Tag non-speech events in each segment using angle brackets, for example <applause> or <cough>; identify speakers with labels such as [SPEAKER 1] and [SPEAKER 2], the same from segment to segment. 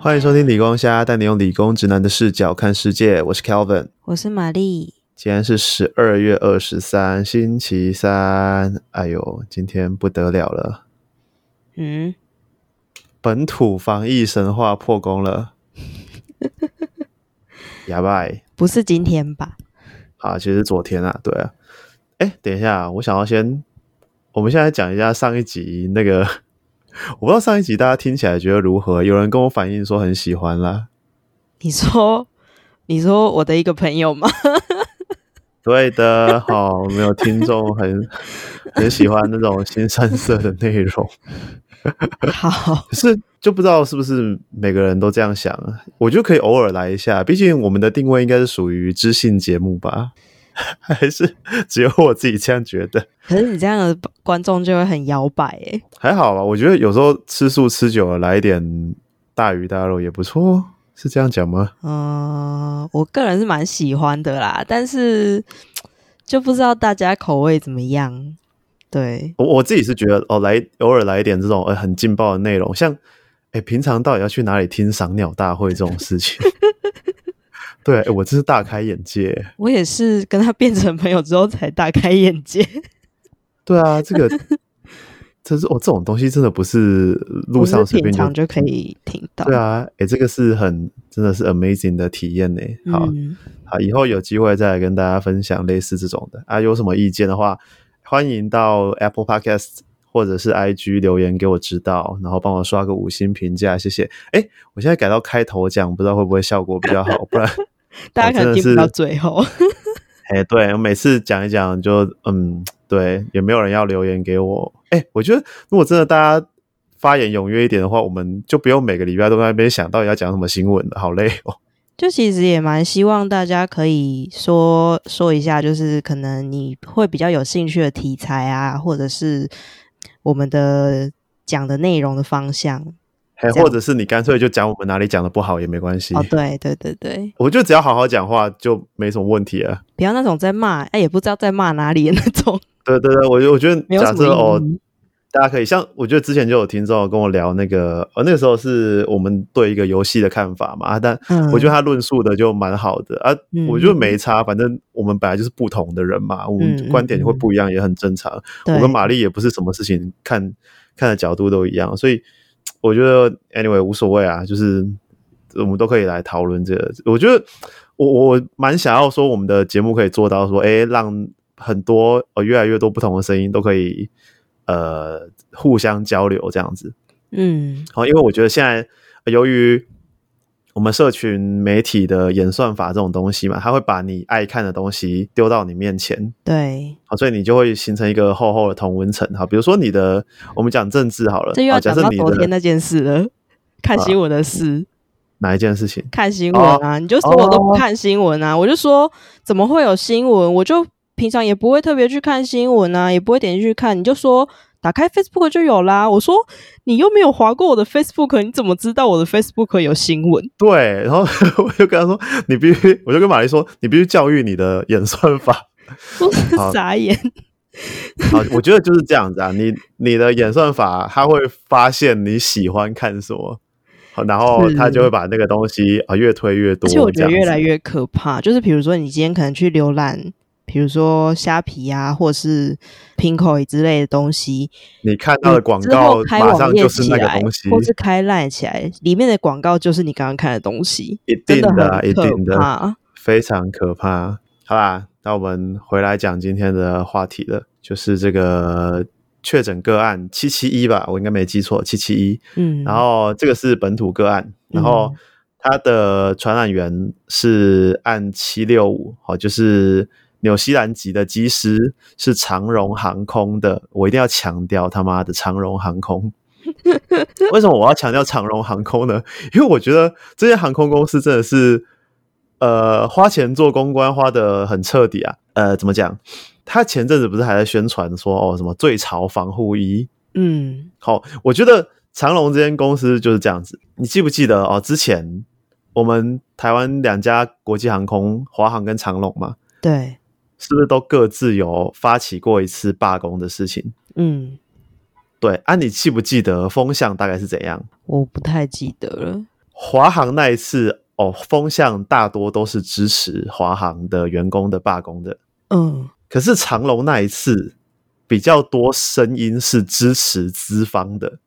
[SPEAKER 1] 欢迎收听理工虾，带你用理工直男的视角看世界。我是 Calvin，
[SPEAKER 2] 我是玛丽。
[SPEAKER 1] 今天是十二月二十三，星期三。哎呦，今天不得了了，
[SPEAKER 2] 嗯，
[SPEAKER 1] 本土防疫神话破功了， <laughs> 哑巴。
[SPEAKER 2] 不是今天吧？
[SPEAKER 1] 啊，其实昨天啊，对啊。哎，等一下，我想要先，我们现在讲一下上一集那个， <laughs> 我不知道上一集大家听起来觉得如何？有人跟我反映说很喜欢啦。
[SPEAKER 2] 你说， <laughs> 你说我的一个朋
[SPEAKER 1] <laughs>
[SPEAKER 2] 友吗？
[SPEAKER 1] 对的，好，我们有听众很很喜欢那种新三色的内容，
[SPEAKER 2] 好，
[SPEAKER 1] 可是就不知道是不是每个人都这样想啊？我就可以偶尔来一下，毕竟我们的定位应该是属于知性节目吧， <laughs> 还是只有我自己这样觉得？
[SPEAKER 2] 可是你这样的观众就会很摇摆哎。
[SPEAKER 1] 还好吧，我觉得有时候吃素吃久了，来一点大鱼大肉也不错哦，是这样讲吗？
[SPEAKER 2] 嗯、我个人是蛮喜欢的啦，但是就不知道大家口味怎么样。对，
[SPEAKER 1] 我我自己是觉得哦，来偶尔来一点这种呃很劲爆的内容，像哎平常到底要去哪里听赏鸟大会这种事情， <laughs> 对，诶我真是大开眼界。
[SPEAKER 2] 我也是跟他变成朋友之后才大开眼界。
[SPEAKER 1] 对啊，这
[SPEAKER 2] <laughs>
[SPEAKER 1] 个这是我、哦、这种东西真的不是路
[SPEAKER 2] 不是
[SPEAKER 1] 上随
[SPEAKER 2] 平
[SPEAKER 1] 便
[SPEAKER 2] 常
[SPEAKER 1] 就。
[SPEAKER 2] 就可以听到。
[SPEAKER 1] 对啊，哎，这个是很真的是 amazing 的体验呢。好、
[SPEAKER 2] 嗯，
[SPEAKER 1] 好，以后有机会再来跟大家分享类似这种的啊。有什么意见的话，欢迎到 Apple Podcast 或者是 IG 留言给我知道，然后帮我刷个五星评价，谢谢。哎，我现在改到开头讲，不知道会不会效果比较好，不
[SPEAKER 2] <laughs>
[SPEAKER 1] 然
[SPEAKER 2] 大家可
[SPEAKER 1] 我真的
[SPEAKER 2] 能听
[SPEAKER 1] 是
[SPEAKER 2] 不到最后。
[SPEAKER 1] 哎，对我每次讲一讲就嗯，对，也没有人要留言给我。哎，我觉得如果真的大家发言踊跃一点的话，我们就不用每个礼拜都在那边想到底要讲什么新闻了，好累哦。
[SPEAKER 2] 就其实也蛮希望大家可以说说一下，就是可能你会比较有兴趣的题材啊，或者是我们的讲的内容的方向。
[SPEAKER 1] 哎，
[SPEAKER 2] 这样
[SPEAKER 1] 或者是你干脆就讲我们哪里讲的不好也没关系。
[SPEAKER 2] 哦，对对对对，
[SPEAKER 1] 我就只要好好讲话就没什么问题啊了。
[SPEAKER 2] 不要那种在骂，哎、也不知道在骂哪里的那种，
[SPEAKER 1] <laughs> 对对对，我觉得我觉得
[SPEAKER 2] 没有
[SPEAKER 1] 假
[SPEAKER 2] 什
[SPEAKER 1] 设
[SPEAKER 2] 么
[SPEAKER 1] 哦
[SPEAKER 2] 意，义。
[SPEAKER 1] 大家可以像我觉得之前就有听众跟我聊那个，呃，那个时候是我们对一个游戏的看法嘛，啊但
[SPEAKER 2] 嗯
[SPEAKER 1] 我觉得他论述的就蛮好的啊，
[SPEAKER 2] 嗯
[SPEAKER 1] 我觉得没差，反正我们本来就是不同的人嘛，我
[SPEAKER 2] 嗯
[SPEAKER 1] 们
[SPEAKER 2] 嗯
[SPEAKER 1] 观点会不一样也很正常。
[SPEAKER 2] <laughs> 对
[SPEAKER 1] 我跟玛丽也不是什么事情看看的角度都一样，所以我觉得 anyway 无所谓啊，就是我们都可以来讨论这个。我觉得我我蛮想要说，我们的节目可以做到说，哎、让很多呃越来越多不同的声音都可以呃互相交流这样子。
[SPEAKER 2] 嗯
[SPEAKER 1] 好，因为我觉得现在呃由于我们社群媒体的演算法这种东西嘛，它会把你爱看的东西丢到你面前，
[SPEAKER 2] 对，
[SPEAKER 1] 好，所以你就会形成一个厚厚的同温层。好，比如说你的，我们讲政治好了，
[SPEAKER 2] 这又要
[SPEAKER 1] 好呃哦假设
[SPEAKER 2] 讲到
[SPEAKER 1] 你
[SPEAKER 2] 昨天
[SPEAKER 1] 的啊
[SPEAKER 2] 那件事了。 <laughs> 看新闻的事，
[SPEAKER 1] 哪一件事情？
[SPEAKER 2] 看新闻
[SPEAKER 1] 哦
[SPEAKER 2] 啊！你就说我都不看新闻啊！我就说怎么会有新闻？我就平常也不会特别去看新闻啊，也不会点进去看。你就说打开 Facebook 就有啦。我说你又没有划过我的 Facebook，你怎么知道我的 Facebook 有新闻？
[SPEAKER 1] 对，然后 <laughs> 我就跟他说，你必须，我就跟玛丽说，你必须教育你的演算法。
[SPEAKER 2] 我是
[SPEAKER 1] 好
[SPEAKER 2] <laughs> 傻眼。
[SPEAKER 1] 好，我觉得就是这样子啊，你你的演算法，它会发现你喜欢看什么，好，然后它就会把那个东西啊越推越多，
[SPEAKER 2] 而且我觉得
[SPEAKER 1] 这样
[SPEAKER 2] 越
[SPEAKER 1] 子
[SPEAKER 2] 来越可怕，就是比如说你今天可能去浏览。比如说虾皮啊，或是 Pinko 之类的东西，
[SPEAKER 1] 你看到的广
[SPEAKER 2] 之
[SPEAKER 1] 告
[SPEAKER 2] 后开
[SPEAKER 1] 马上
[SPEAKER 2] 网页
[SPEAKER 1] 就是
[SPEAKER 2] 起
[SPEAKER 1] 那个
[SPEAKER 2] 来，
[SPEAKER 1] 东西，
[SPEAKER 2] 或是开烂起来，里面的广告就是你刚刚看的东西，
[SPEAKER 1] 一
[SPEAKER 2] 真
[SPEAKER 1] 定的啊，
[SPEAKER 2] 很
[SPEAKER 1] 一定
[SPEAKER 2] 可
[SPEAKER 1] 的。
[SPEAKER 2] 怕。
[SPEAKER 1] 非常可怕。好啦，那我们回来讲今天的话题了，就是这个确诊个案七七一吧，我应该没记错，七七一。
[SPEAKER 2] 嗯，
[SPEAKER 1] 然后这个是本土个案，然后
[SPEAKER 2] 嗯
[SPEAKER 1] 它的传染源是按七六五，好，就是纽西兰籍的机师，是长荣航空的。我一定要强调他妈的长荣航
[SPEAKER 2] <laughs>
[SPEAKER 1] 空。为什么我要强调长荣航空呢？因为我觉得这些航空公司真的是，呃，花钱做公关花的很彻底啊。呃，怎么讲？他前阵子不是还在宣传说哦什么最潮防护衣，
[SPEAKER 2] 嗯，
[SPEAKER 1] 好、我觉得长隆这间公司就是这样子。你记不记得哦？之前我们台湾两家国际航空，华航跟长隆嘛，
[SPEAKER 2] 对，
[SPEAKER 1] 是不是都各自有发起过一次罢工的事情？
[SPEAKER 2] 嗯，
[SPEAKER 1] 对，啊，你记不记得风向大概是怎样？
[SPEAKER 2] 我不太记得了。
[SPEAKER 1] 华航那一次哦，风向大多都是支持华航的员工的罢工的，
[SPEAKER 2] 嗯，
[SPEAKER 1] 可是长隆那一次比较多声音是支持资方的，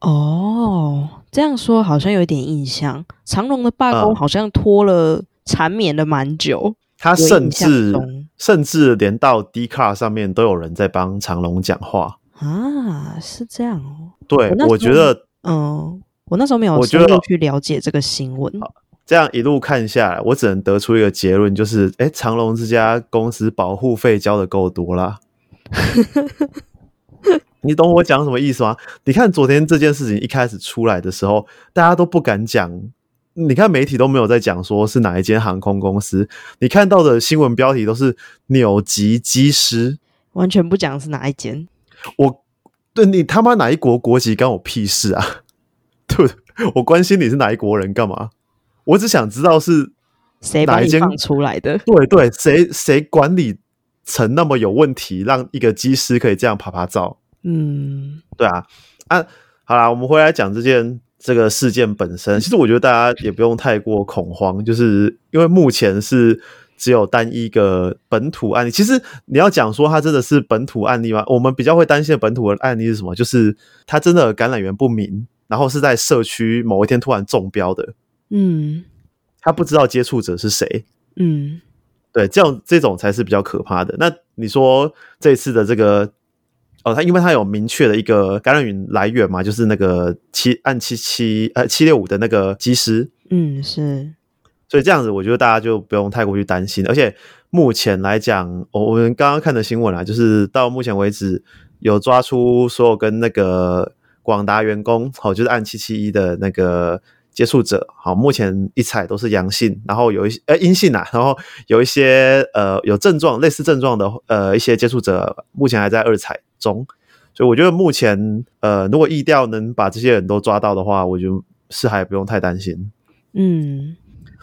[SPEAKER 2] 哦，这样说好像有一点印象。长隆的罢工
[SPEAKER 1] 嗯
[SPEAKER 2] 好像拖了缠绵了蛮久，
[SPEAKER 1] 他
[SPEAKER 2] 我
[SPEAKER 1] 甚
[SPEAKER 2] 印象
[SPEAKER 1] 至
[SPEAKER 2] 中
[SPEAKER 1] 甚至连到 d c a r 上面都有人在帮长隆讲话。
[SPEAKER 2] 啊，是这样哦。
[SPEAKER 1] 对
[SPEAKER 2] 我那，时
[SPEAKER 1] 我觉
[SPEAKER 2] 候
[SPEAKER 1] 得
[SPEAKER 2] 嗯，我那时候没有
[SPEAKER 1] 我觉
[SPEAKER 2] 深
[SPEAKER 1] 得
[SPEAKER 2] 入去了解这个新闻。
[SPEAKER 1] 这样一路看下来，我只能得出一个结论，就是哎，诶长隆这家公司保护费交的够多啦。 <laughs> 你懂我讲什么意思吗？你看昨天这件事情一开始出来的时候，大家都不敢讲，你看媒体都没有在讲说是哪一间航空公司，你看到的新闻标题都是纽吉机师，
[SPEAKER 2] 完全不讲是哪一间。
[SPEAKER 1] 我对你他妈哪一国国籍干我屁事啊？ <laughs> 对不对？我关心你是哪一国人干嘛？我只想知道是
[SPEAKER 2] 谁
[SPEAKER 1] 哪
[SPEAKER 2] 把
[SPEAKER 1] 一
[SPEAKER 2] 你
[SPEAKER 1] 间
[SPEAKER 2] 放出来的？
[SPEAKER 1] 对对，谁谁管理层那么有问题，让一个机师可以这样爬爬照？
[SPEAKER 2] 嗯，
[SPEAKER 1] 对啊，啊，好啦，我们回来讲这件这个事件本身。其实我觉得大家也不用太过恐慌，就是因为目前是只有单一个本土案例。其实你要讲说它真的是本土案例吗？我们比较会担心的本土的案例是什么？就是它真的感染源不明，然后是在社区某一天突然中标的，
[SPEAKER 2] 嗯
[SPEAKER 1] 他不知道接触者是谁。
[SPEAKER 2] 嗯，
[SPEAKER 1] 对，这样这种才是比较可怕的。那你说这次的这个，哦，它因为它有明确的一个感染源来源嘛，就是那个七按七七呃七六五的那个机师，
[SPEAKER 2] 嗯是，
[SPEAKER 1] 所以这样子我觉得大家就不用太过去担心。而且目前来讲，我我们刚刚看的新闻啊，就是到目前为止有抓出所有跟那个广达员工，哦，就是按七七一的那个。接触者好，目前一采都是阳性，然后有一些呃阴性啊，然后有一些呃有症状类似症状的呃一些接触者，目前还在二采中，所以我觉得目前呃如果疫调能把这些人都抓到的话，我觉得是还不用太担心。
[SPEAKER 2] 嗯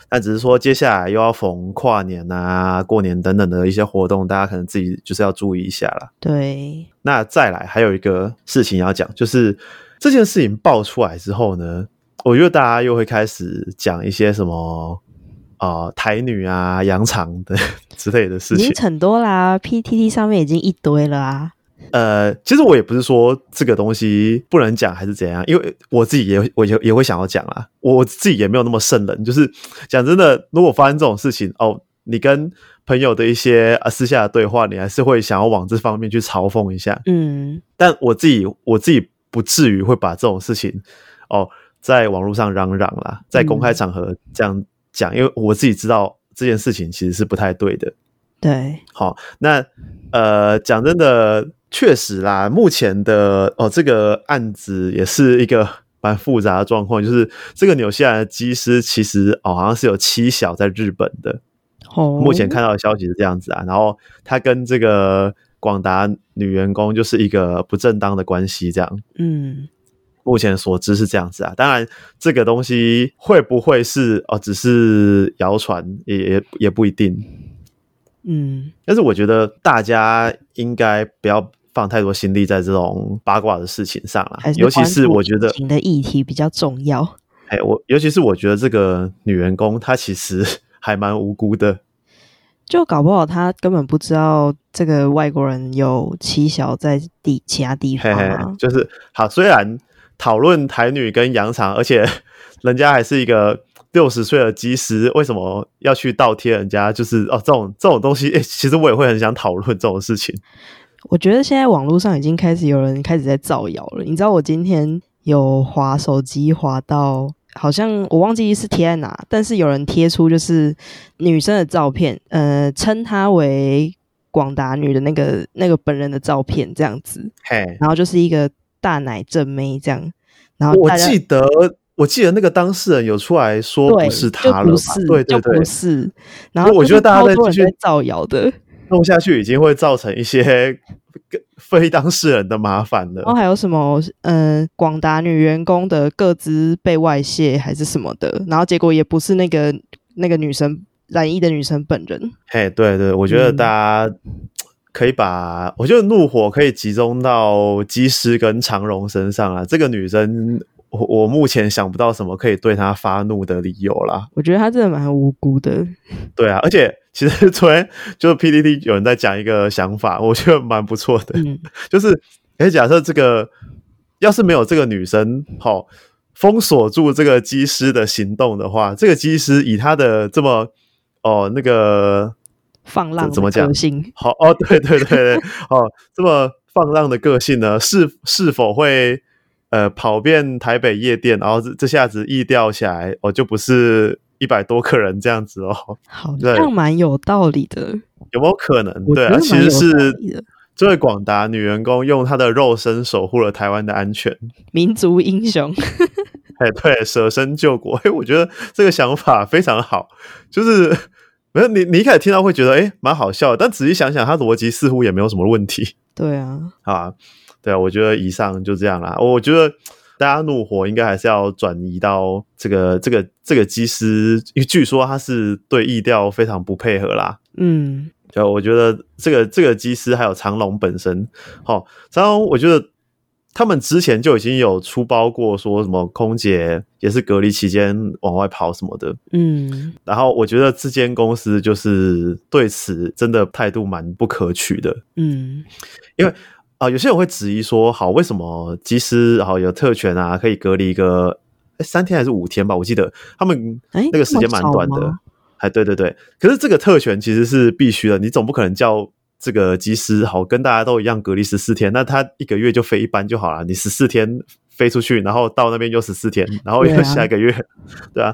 [SPEAKER 1] 那只是说接下来又要逢跨年啊、过年等等的一些活动，大家可能自己就是要注意一下啦。
[SPEAKER 2] 对，
[SPEAKER 1] 那再来还有一个事情要讲，就是这件事情爆出来之后呢，我觉得大家又会开始讲一些什么啊、呃台女啊、扬长的 <laughs> 之类的事
[SPEAKER 2] 已
[SPEAKER 1] 情
[SPEAKER 2] 经。很多啦，PTT 上面已经一堆了啊。
[SPEAKER 1] 呃，其实我也不是说这个东西不能讲还是怎样，因为我自己也我也也会想要讲啦，我我自己也没有那么圣人，就是讲真的，如果发生这种事情哦，你跟朋友的一些呃私下的对话，你还是会想要往这方面去嘲讽一下，
[SPEAKER 2] 嗯
[SPEAKER 1] 但我自己我自己不至于会把这种事情哦在网络上嚷嚷啦，在公开
[SPEAKER 2] 嗯
[SPEAKER 1] 场合这样讲，因为我自己知道这件事情其实是不太对的。
[SPEAKER 2] 对，
[SPEAKER 1] 好，那呃，讲真的，确实啦，目前的哦，这个案子也是一个 <laughs> 蛮复杂的状况，就是这个纽西兰的机师其实哦，好像是有妻小在日本的，
[SPEAKER 2] 哦，
[SPEAKER 1] 目前看到的消息是这样子啊，然后他跟这个广达女员工就是一个不正当的关系，这样。
[SPEAKER 2] 嗯
[SPEAKER 1] 目前所知是这样子啊。当然，这个东西会不会是哦，只是谣传，也也也不一定。
[SPEAKER 2] 嗯
[SPEAKER 1] 但是我觉得大家应该不要放太多心力在这种八卦的事情上啦
[SPEAKER 2] 还，是
[SPEAKER 1] 尤其
[SPEAKER 2] 关
[SPEAKER 1] 是
[SPEAKER 2] 注
[SPEAKER 1] 我
[SPEAKER 2] 疫
[SPEAKER 1] 觉得，
[SPEAKER 2] 情的议题比较重要。
[SPEAKER 1] 哎，我尤其是我觉得这个女员工她其实 <laughs> 还蛮无辜的，
[SPEAKER 2] 就搞不好他根本不知道这个外国人有妻小在地其他地方
[SPEAKER 1] 嘿嘿
[SPEAKER 2] 啊，。
[SPEAKER 1] 就是好，虽然讨论台女跟洋场，而且 <laughs> 人家还是一个。六十岁的技师为什么要去倒贴人家？就是哦，这种这种东西、哎，其实我也会很想讨论这种事情。
[SPEAKER 2] 我觉得现在网络上已经开始有人开始在造谣了。你知道我今天有滑手机滑到，好像我忘记是贴在哪，但是有人贴出就是女生的照片，呃，称她为广达女的那个那个本人的照片这样子，
[SPEAKER 1] 嘿，
[SPEAKER 2] 然后就是一个大奶正妹这样，然后
[SPEAKER 1] 我
[SPEAKER 2] 大家
[SPEAKER 1] 记得我记得那个当事人有出来说
[SPEAKER 2] 对
[SPEAKER 1] 不是
[SPEAKER 2] 就
[SPEAKER 1] 他了
[SPEAKER 2] 不
[SPEAKER 1] 吧
[SPEAKER 2] 是，
[SPEAKER 1] 对对
[SPEAKER 2] 就
[SPEAKER 1] 对
[SPEAKER 2] 不，是。然后
[SPEAKER 1] 我觉得大家
[SPEAKER 2] 在
[SPEAKER 1] 在
[SPEAKER 2] 人
[SPEAKER 1] 继续
[SPEAKER 2] 在造谣的，
[SPEAKER 1] 弄下去已经会造成一些 <laughs> 非当事人的麻烦了。
[SPEAKER 2] 然后还有什么呃，广达女员工的各资被外泄还是什么的，然后结果也不是那个那个女生染疫的女生本人。
[SPEAKER 1] 嘿，对对，我觉得
[SPEAKER 2] 嗯
[SPEAKER 1] 大家可以把，我觉得怒火可以集中到机师跟长荣身上啊。这个女生，我我目前想不到什么可以对他发怒的理由啦。
[SPEAKER 2] 我觉得他真的蛮无辜
[SPEAKER 1] <laughs>
[SPEAKER 2] 的。
[SPEAKER 1] 对啊，而且其实昨天就 PDD 有人在讲一个想法，我觉得蛮不错的，
[SPEAKER 2] 嗯
[SPEAKER 1] 就是哎，假设这个要是没有这个女生，好、封锁住这个机师的行动的话，这个机师以他的这么哦那个
[SPEAKER 2] 放浪
[SPEAKER 1] 怎么讲
[SPEAKER 2] 个性
[SPEAKER 1] 好哦，对对对对，哦，这么放浪的个性呢，是是否会呃跑遍台北夜店，然后这这下子意调下来，哦，就不是一百多个人这样子哦，
[SPEAKER 2] 好
[SPEAKER 1] 对
[SPEAKER 2] 像蛮有道理的。
[SPEAKER 1] 有没有可能？
[SPEAKER 2] 我
[SPEAKER 1] 对
[SPEAKER 2] 觉
[SPEAKER 1] 啊，
[SPEAKER 2] 得
[SPEAKER 1] 其
[SPEAKER 2] 蛮有
[SPEAKER 1] 实
[SPEAKER 2] 道
[SPEAKER 1] 是
[SPEAKER 2] 理的
[SPEAKER 1] 这位广达女员工用她的肉身守护了台湾的安全，
[SPEAKER 2] 民族英雄。 <laughs>
[SPEAKER 1] 哎，对，舍身救国， <laughs> 哎，我觉得这个想法非常好，就是。没有你，你一开始听到会觉得哎，蛮好笑的，但仔细想想，他逻辑似乎也没有什么问题。
[SPEAKER 2] 对啊，
[SPEAKER 1] 啊，对啊，我觉得以上就这样啦。我觉得大家怒火应该还是要转移到这个这个这个机师，因为据说他是对意调非常不配合啦。
[SPEAKER 2] 嗯，
[SPEAKER 1] 就我觉得这个这个机师还有长龙本身，好、长龙我觉得他们之前就已经有出包过，说什么空姐也是隔离期间往外跑什么的。
[SPEAKER 2] 嗯，
[SPEAKER 1] 然后我觉得这间公司就是对此真的态度蛮不可取的。
[SPEAKER 2] 嗯，
[SPEAKER 1] 啊、有些人会质疑说，好，为什么机师好有特权啊，可以隔离个诶三天还是五天吧？我记得他们
[SPEAKER 2] 哎，
[SPEAKER 1] 那个时间
[SPEAKER 2] 这么
[SPEAKER 1] 蛮
[SPEAKER 2] 少
[SPEAKER 1] 短的
[SPEAKER 2] 吗。，
[SPEAKER 1] 哎，对对对。可是这个特权其实是必须的，你总不可能叫这个机师好跟大家都一样隔离十四天，那他一个月就飞一班就好了，你十四天飞出去，然后到那边又十四天，然后
[SPEAKER 2] 对啊
[SPEAKER 1] 又下一个月，对啊，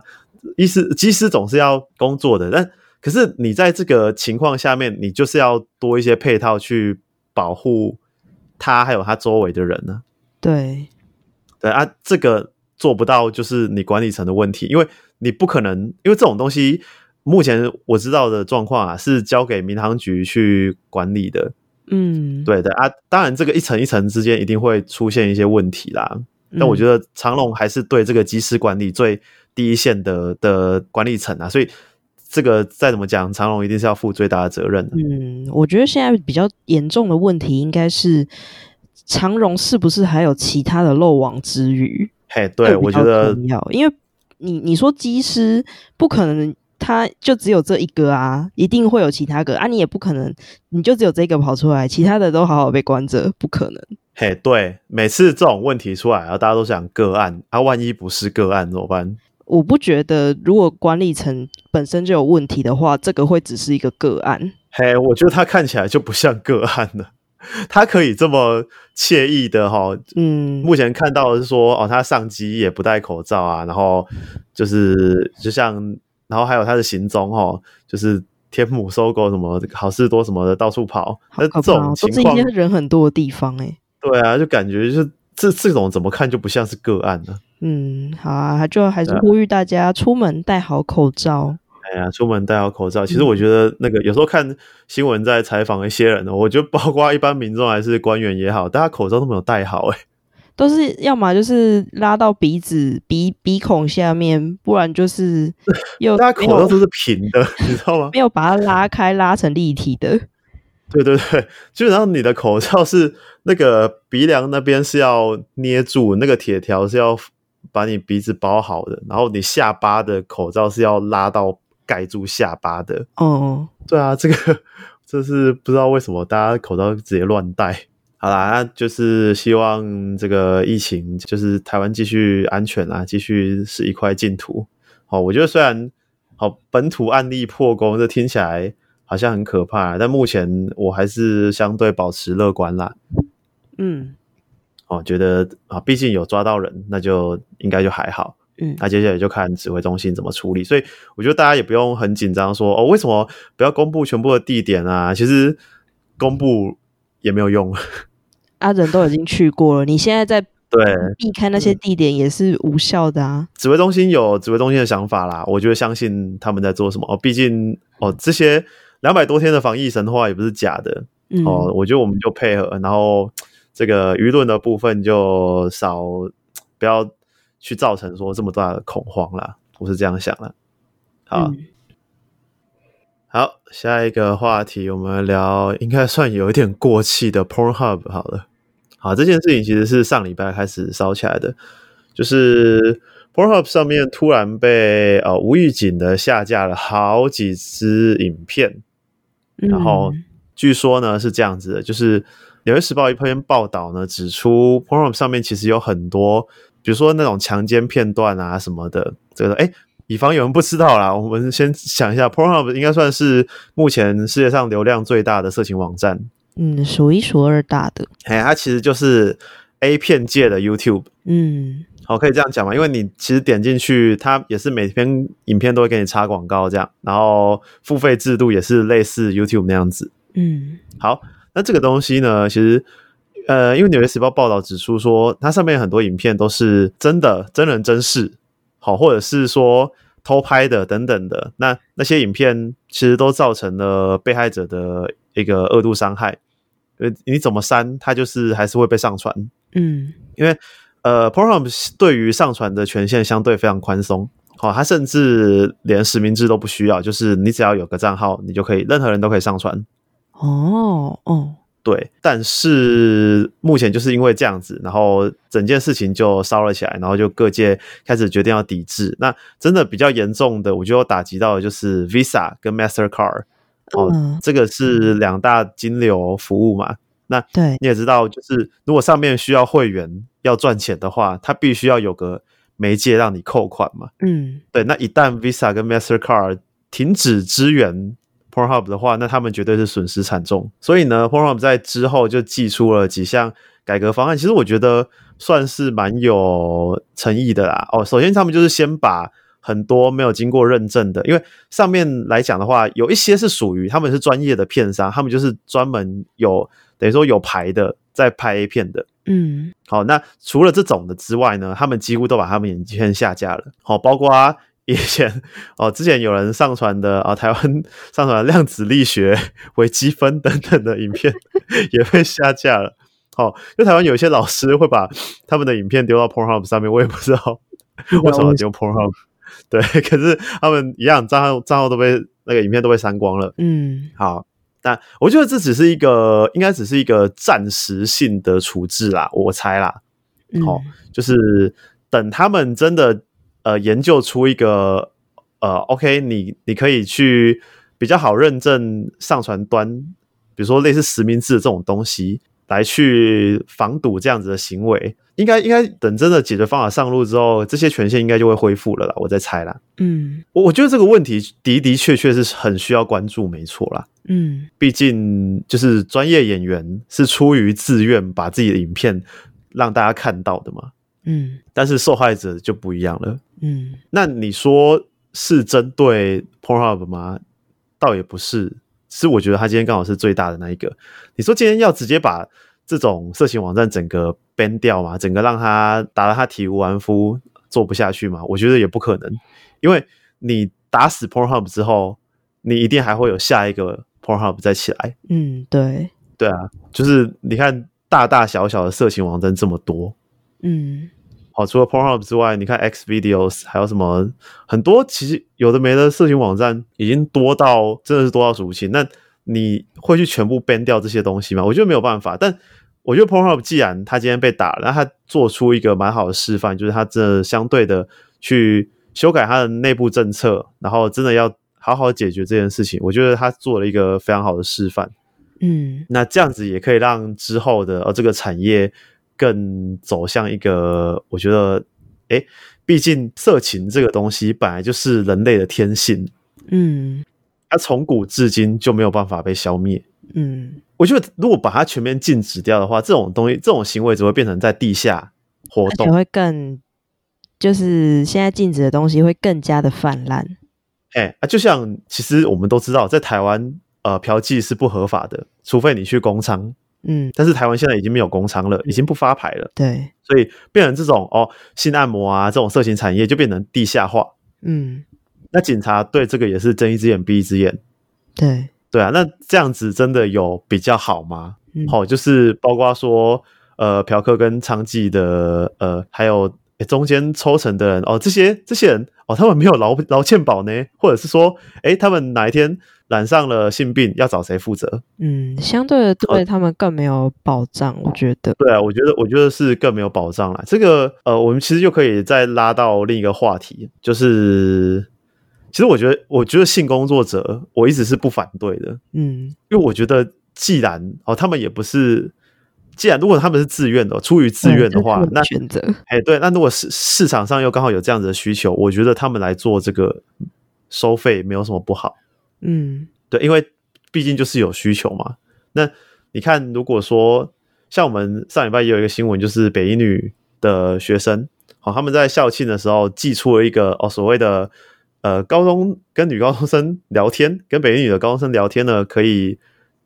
[SPEAKER 1] 医师机师总是要工作的，但可是你在这个情况下面，你就是要多一些配套去保护他还有他周围的人呢、
[SPEAKER 2] 对，
[SPEAKER 1] 对啊，这个做不到就是你管理层的问题，因为你不可能，因为这种东西目前我知道的状况啊，是交给民航局去管理的。
[SPEAKER 2] 嗯，，
[SPEAKER 1] 对的啊，当然这个一层一层之间一定会出现一些问题啦。
[SPEAKER 2] 嗯
[SPEAKER 1] 但我觉
[SPEAKER 2] 得，
[SPEAKER 1] 得长隆还是对这个机师管理最第一线的的管理层啊，所以这个再怎么讲，长隆一定是要负最大的责任的。
[SPEAKER 2] 嗯，我觉得现在比较严重的问题应该是长荣是不是还有其他的漏网之鱼？
[SPEAKER 1] 嘿，
[SPEAKER 2] 这
[SPEAKER 1] 对
[SPEAKER 2] 个比
[SPEAKER 1] 我觉
[SPEAKER 2] 较
[SPEAKER 1] 得
[SPEAKER 2] 重要，因为你你说机师不可能。他就只有这一个啊，一定会有其他个啊，你也不可能，你就只有这个跑出来，其他的都好好被关着，不可能。
[SPEAKER 1] 嘿，对，每次这种问题出来，然啊后大家都想个案，啊，万一不是个案怎么办？
[SPEAKER 2] 我不觉得，如果管理层本身就有问题的话，这个会只是一个个案。
[SPEAKER 1] 嘿，我觉得他看起来就不像个案了。他可以这么惬意的哈、
[SPEAKER 2] 嗯，
[SPEAKER 1] 目前看到的是说哦，他上机也不戴口罩啊，然后就是就像，然后还有他的行踪哦，就是天母搜狗什么好事多什么的到处跑，
[SPEAKER 2] 好
[SPEAKER 1] 那
[SPEAKER 2] 可
[SPEAKER 1] 这
[SPEAKER 2] 怕哦
[SPEAKER 1] 种
[SPEAKER 2] 都
[SPEAKER 1] 情
[SPEAKER 2] 是一
[SPEAKER 1] 况
[SPEAKER 2] 些，人很多的地方哎、
[SPEAKER 1] 对啊，就感觉就是这这种怎么看就不像是个案呢、
[SPEAKER 2] 嗯，好啊，就还是
[SPEAKER 1] 对啊
[SPEAKER 2] 呼吁大家出门戴好口罩。
[SPEAKER 1] 哎呀，出门戴好口罩。其实我觉得那个有时候看新闻在采访一些人，哦我觉得包括一般民众还是官员也好，大家口罩都没有戴好、哎，
[SPEAKER 2] 都是要么就是拉到鼻子鼻鼻孔下面，不然就是
[SPEAKER 1] <laughs>
[SPEAKER 2] 又
[SPEAKER 1] 大家
[SPEAKER 2] 没
[SPEAKER 1] 口罩
[SPEAKER 2] 有
[SPEAKER 1] 都是平的，你知道吗？
[SPEAKER 2] 没有把它拉开，拉成立体的。
[SPEAKER 1] 对对对，基本上你的口罩是那个鼻梁那边是要捏住，那个铁条是要把你鼻子包好的，然后你下巴的口罩是要拉到盖住下巴的。
[SPEAKER 2] 哦，
[SPEAKER 1] 对啊，这个这是不知道为什么大家口罩直接乱戴。好啦，那就是希望这个疫情就是台湾继续安全啊，继续是一块净土。好，我觉得虽然好本土案例破功，这听起来好像很可怕，但目前我还是相对保持乐观啦。
[SPEAKER 2] 嗯
[SPEAKER 1] 哦，觉得啊，毕竟有抓到人，那就应该就还好。
[SPEAKER 2] 嗯
[SPEAKER 1] 那接下来就看指挥中心怎么处理。所以我觉得大家也不用很紧张说，哦，为什么不要公布全部的地点啊？其实公布也没有用。 <laughs>
[SPEAKER 2] 啊，人都已经去过了，你现在在
[SPEAKER 1] 对，
[SPEAKER 2] 避开
[SPEAKER 1] 嗯
[SPEAKER 2] 那些地点也是无效的啊。
[SPEAKER 1] 指挥中心有指挥中心的想法啦，我觉得相信他们在做什么。哦，毕竟哦，这些两百多天的防疫神话也不是假的。
[SPEAKER 2] 嗯，
[SPEAKER 1] 哦，我觉得我们就配合，然后这个舆论的部分就少，不要去造成说这么大的恐慌啦。我是这样想的。好，啊
[SPEAKER 2] 嗯
[SPEAKER 1] 好，下一个话题，我们聊应该算有一点过气的 Pornhub 好了。好，这件事情其实是上礼拜开始烧起来的，就是 Pornhub 上面突然被呃无预警的下架了好几支影片，然后
[SPEAKER 2] 嗯
[SPEAKER 1] 据说呢是这样子的，就是《纽约时报》一篇报道呢指出，Pornhub 上面其实有很多，比如说那种强奸片段啊什么的，这个哎。以防有人不知道啦，我们先想一下，Pornhub 应该算是目前世界上流量最大的色情网站。
[SPEAKER 2] 嗯，数一数二大的，
[SPEAKER 1] 哎，它其实就是 A 片界的 YouTube，
[SPEAKER 2] 嗯
[SPEAKER 1] 好，可以这样讲嘛？因为你其实点进去，它也是每篇影片都会给你插广告这样，然后付费制度也是类似 YouTube 那样子。
[SPEAKER 2] 嗯
[SPEAKER 1] 好，那这个东西呢，其实呃，因为《纽约时报》报道指出说，它上面很多影片都是真的真人真事，好，或者是说偷拍的等等的。那那些影片其实都造成了被害者的一个恶度伤害。呃，你怎么删，它就是还是会被上传。
[SPEAKER 2] 嗯
[SPEAKER 1] 因为呃，Pornhub 对于上传的权限相对非常宽松，好、它甚至连实名制都不需要，就是你只要有个账号，你就可以，任何人都可以上传。
[SPEAKER 2] 哦哦，
[SPEAKER 1] 对，但是目前就是因为这样子，然后整件事情就烧了起来，然后就各界开始决定要抵制。那真的比较严重的，我觉得我打击到的就是 Visa 跟 Mastercard，哦，
[SPEAKER 2] 嗯
[SPEAKER 1] 这个是两大金流服务嘛。
[SPEAKER 2] 对，
[SPEAKER 1] 你也知道，就是如果上面需要会员要赚钱的话，它必须要有个媒介让你扣款嘛。
[SPEAKER 2] 嗯
[SPEAKER 1] 对，那一旦 Visa 跟 Mastercard 停止支援 Pornhub 的话，那他们绝对是损失惨重。所以呢，Pornhub 在之后就寄出了几项改革方案，其实我觉得算是蛮有诚意的啦。哦，首先他们就是先把很多没有经过认证的，因为上面来讲的话，有一些是属于他们是专业的片商，他们就是专门有等于说有牌的在拍 A 片的， <laughs>
[SPEAKER 2] 嗯
[SPEAKER 1] 好，那除了这种的之外呢，他们几乎都把他们影片下架了。好，包括、啊、以前哦，之前有人上传的啊，台湾上传的量子力学、微积分等等的影片也被下架了。好，就台湾有一些老师会把他们的影片丢到 Pornhub 上面，我也不知道
[SPEAKER 2] 啊
[SPEAKER 1] 为
[SPEAKER 2] 嗯
[SPEAKER 1] 什么要丢 Pornhub。对，可是他们一样账号账号都被那个影片都被删光了。
[SPEAKER 2] 嗯
[SPEAKER 1] 好，那我觉得这只是一个，应该只是一个暂时性的处置啦，我猜啦，
[SPEAKER 2] 嗯
[SPEAKER 1] 好就是等他们真的呃研究出一个呃，OK，你你可以去比较好认证上传端，比如说类似实名制这种东西。来去防堵这样子的行为，应该应该等真的解决方法上路之后，这些权限应该就会恢复了啦，我在猜啦。
[SPEAKER 2] 嗯
[SPEAKER 1] 我我觉得这个问题的的确确是很需要关注，没错啦。
[SPEAKER 2] 嗯
[SPEAKER 1] 毕竟就是专业演员是出于自愿把自己的影片让大家看到的嘛，
[SPEAKER 2] 嗯
[SPEAKER 1] 但是受害者就不一样了。
[SPEAKER 2] 嗯
[SPEAKER 1] 那你说是针对 Pornhub 吗？倒也不是，是我觉得他今天刚好是最大的那一个。你说今天要直接把这种色情网站整个 ban 掉吗？整个让他打到他体无完肤，做不下去吗？我觉得也不可能，因为你打死 Pornhub 之后，你一定还会有下一个 Pornhub 再起来。
[SPEAKER 2] 嗯，对，
[SPEAKER 1] 对啊，就是你看大大小小的色情网站这么多，
[SPEAKER 2] 嗯
[SPEAKER 1] 好，除了 Pornhub 之外，你看 X Videos 还有什么很多，其实有的没的社群网站已经多到真的是多到数不清。那你会去全部 ban 掉这些东西吗？我觉得没有办法。但我觉得 Pornhub 既然他今天被打了，那他做出一个蛮好的示范，就是他真的相对的去修改他的内部政策，然后真的要好好解决这件事情。我觉得他做了一个非常好的示范。
[SPEAKER 2] 嗯
[SPEAKER 1] 那这样子也可以让之后的呃这个产业更走向一个，我觉得，诶，毕竟色情这个东西本来就是人类的天性，
[SPEAKER 2] 嗯
[SPEAKER 1] 它从古至今就没有办法被消灭。
[SPEAKER 2] 嗯
[SPEAKER 1] 我觉得如果把它全面禁止掉的话，这种东西、这种行为只会变成在地下活
[SPEAKER 2] 而且
[SPEAKER 1] 动。
[SPEAKER 2] 会更，就是现在禁止的东西会更加的泛滥。
[SPEAKER 1] 哎、啊，就像其实我们都知道，在台湾，呃，嫖妓是不合法的，除非你去工厂。
[SPEAKER 2] 嗯，
[SPEAKER 1] 但是台湾现在已经没有工厂了，已经不发牌了。
[SPEAKER 2] 对，
[SPEAKER 1] 所以变成这种哦性按摩啊这种色情产业就变成地下化。
[SPEAKER 2] 嗯
[SPEAKER 1] 那警察对这个也是睁一只眼闭一只眼，
[SPEAKER 2] 对，
[SPEAKER 1] 对啊。那这样子真的有比较好吗？
[SPEAKER 2] 嗯
[SPEAKER 1] 好、就是包括说呃嫖客跟娼妓的呃，还有、诶中间抽成的人哦，这些这些人哦，他们没有劳劳健保呢，或者是说诶他们哪一天染上了性病，要找谁负责？
[SPEAKER 2] 嗯，相对的对他们更没有保障，我觉得。
[SPEAKER 1] 对啊，我觉得我觉得是更没有保障了。这个呃，我们其实就可以再拉到另一个话题，就是其实我觉得我觉得性工作者我一直是不反对的，
[SPEAKER 2] 嗯
[SPEAKER 1] 因为我觉得既然哦他们也不是，既然如果他们是自愿的，出于自
[SPEAKER 2] 嗯
[SPEAKER 1] 愿
[SPEAKER 2] 这
[SPEAKER 1] 的
[SPEAKER 2] 是
[SPEAKER 1] 话
[SPEAKER 2] 我，的
[SPEAKER 1] 那
[SPEAKER 2] 选择
[SPEAKER 1] 哎，对，那如果市市场上又刚好有这样子的需求，我觉得他们来做这个收费没有什么不好。
[SPEAKER 2] 嗯
[SPEAKER 1] 对，因为毕竟就是有需求嘛。那你看，如果说像我们上礼拜也有一个新闻，就是北一女的学生，好、他们在校庆的时候寄出了一个哦所谓的呃高中跟女高中生聊天，跟北一女的高中生聊天呢，可以